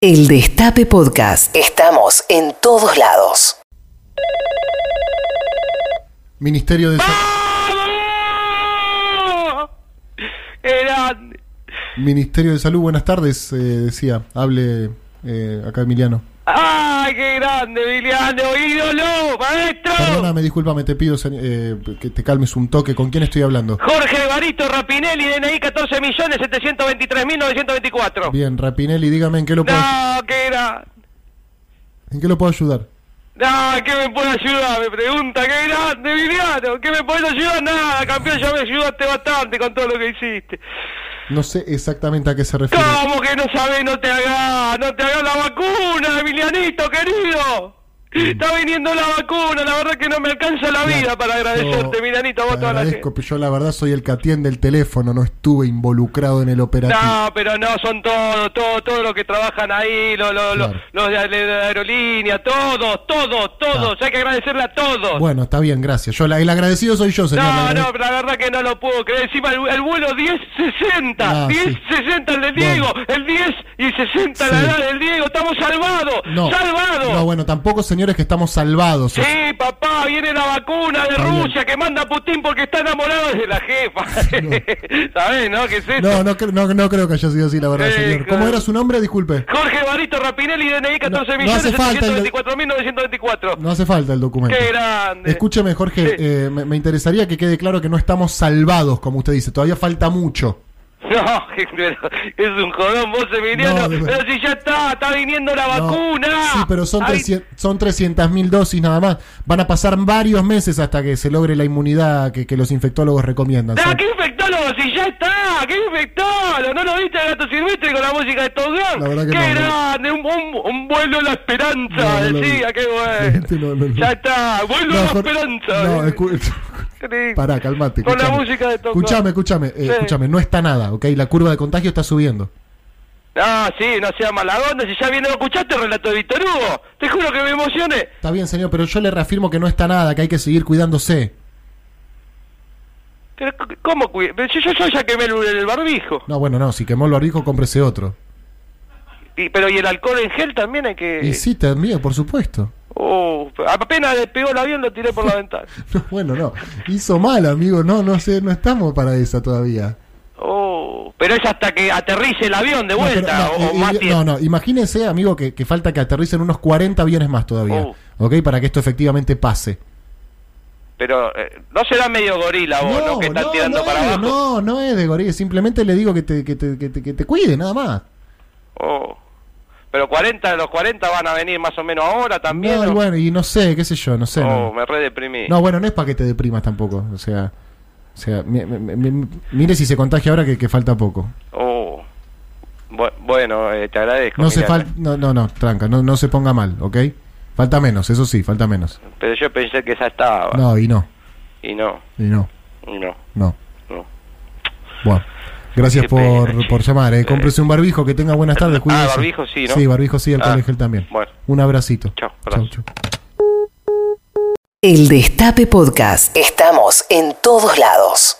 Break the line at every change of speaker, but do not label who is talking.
El Destape Podcast. Estamos en todos lados.
Ministerio de, Sa-
¡Vamos! ¡Qué grande!
Ministerio de Salud, buenas tardes, eh, decía. Hable eh, acá Emiliano.
¡Ay, qué grande, Emiliano! ¡Ídolo, maestro!
Perdóname, discúlpame, te pido señ- eh, que te calmes un toque. ¿Con quién estoy hablando?
Jorge Barito Rapinelli, DNI 14.723.924.
Bien, Rapinelli, dígame en qué lo puedo,
¡No, qué grande!
en qué lo puedo ayudar.
No, ¿qué me puede ayudar? Me pregunta, qué grande, Emiliano. ¿Qué me puede ayudar? Nada, campeón, ya me ayudaste bastante con todo lo que hiciste.
No sé exactamente a qué se refiere.
¿Cómo que no sabés? No te hagas, no te hagas la vacuna, Emilianito, querido. Está viniendo la vacuna, la verdad que no me alcanza la vida para agradecerte,
Yo
Emilianito, a
te
vos toda la
agradezco, pero yo la verdad soy el que atiende el teléfono, no estuve involucrado en el operativo.
No, pero no, son todos, todos, todos los que trabajan ahí, los, los, los-
Claro.
los de la- de la aerolínea, todos, todos, todos, hay que agradecerle a todos.
Bueno, está bien, gracias. Yo la- el agradecido soy yo, señor.
No,
Le agrade-
no, pero la verdad que no lo puedo creer. Encima el, el vuelo 1060,
Ah,
1060 el de Diego, el 10 y 60 la
Sí.
edad del Diego, estamos salvados,
No.
salvados.
No, bueno, tampoco, señores, que estamos salvados.
Sí, papá, viene la vacuna de
Está bien.
Rusia que manda Putin porque está enamorado de la jefa. ¿Sabés, no? ¿Qué es esto?
No, no, cre- no, no creo que haya sido así, la verdad,
Eh,
señor.
claro.
¿Cómo era su nombre? Disculpe.
Jorge Barito Rapinelli, DNI
No, no hace falta el-
14.724.924.
No hace falta el documento.
¡Qué grande!
Escúcheme, Jorge,
Sí.
eh, me, me interesaría que quede claro que no estamos salvados, como usted dice. Todavía falta mucho.
No, pero es un jodón vos, Emiliano.
No, de-
Pero si ya está, está viniendo la
No.
vacuna.
Sí, pero son
Ay,
300 son 300.000 dosis nada más. Van a pasar varios meses hasta que se logre la inmunidad que, que los infectólogos recomiendan.
¡Ah,
Son-
qué infectólogo! ¡Si ya está! ¡Qué infectólogo! ¿No lo viste al gato silvestre con la música de Top Gun?
La verdad que no,
¡Qué
no.
grande! Un, un- un vuelo a la esperanza.
No, no lo
decía,
vi.
qué bueno.
Este no, no, no.
Ya está, vuelo a la
Jorge-
esperanza.
no, escu-
Increíble.
Pará, calmate.
Con la
escuchame.
música de Top Gun.
Escuchame, escuchame, eh,
Sí.
escuchame, No está nada, ¿ok? La curva de contagio está subiendo.
Ah, sí, no sea malagón. Si ya viene, ¿lo escuchaste el relato de Víctor Hugo? Te juro que me emocioné.
Está bien, señor, pero yo le reafirmo que no está nada, que hay que seguir cuidándose.
Pero, c- ¿cómo cuida? Pero Yo, yo, yo ya quemé el, el barbijo.
No, bueno, no, si quemó el barbijo, cómprese otro.
Y, pero, ¿y el alcohol en gel también hay que...?
Y sí, también, por supuesto.
Oh, apenas despegó el avión, lo tiré por la ventana.
No, bueno, no. Hizo mal, amigo. No, no sé, no estamos para esa todavía.
Oh, pero es hasta que aterrice el avión de
No, pero,
vuelta,
no,
o- o,
eh, eh,
más tiempo.
no, no, imagínese, amigo, que, que falta que aterricen unos 40 aviones más todavía.
Oh.
¿Ok? Para que esto efectivamente pase.
Pero eh, no será medio gorila vos, ¿no? Que están tirando
no
para
es, de-
abajo.
no, no es de gorila. Simplemente le digo que te, que te, que te- que te cuide, nada más.
Oh. Pero 40 de los 40 van a venir más o menos ahora también.
No, y
¿no?
bueno, y no sé, qué sé yo, no sé.
oh,
No,
me re deprimí.
No, bueno, no es para que te deprimas tampoco. O sea, o sea mi- mi- mi- mire si se contagia ahora que, que falta poco.
Oh. Bu- bueno, eh, te agradezco.
No se
Emiliano.
fal no, no, no, tranca, no, no se ponga mal, ¿ok? Falta menos, eso sí, falta menos.
Pero yo pensé que ya estaba.
No, y no,
Y no,
y no,
y no,
no.
no.
Bueno, gracias
Qué pena,
por,
che.
por llamar, ¿eh? Cómprese un barbijo, que tenga buenas tardes, cuídese.
Ah, barbijo sí, ¿no?
Sí, barbijo sí, el
Ah,
colegio también.
bueno.
Un abracito.
Chao, abrazo.
chao.
El Destape Podcast. Estamos en todos lados.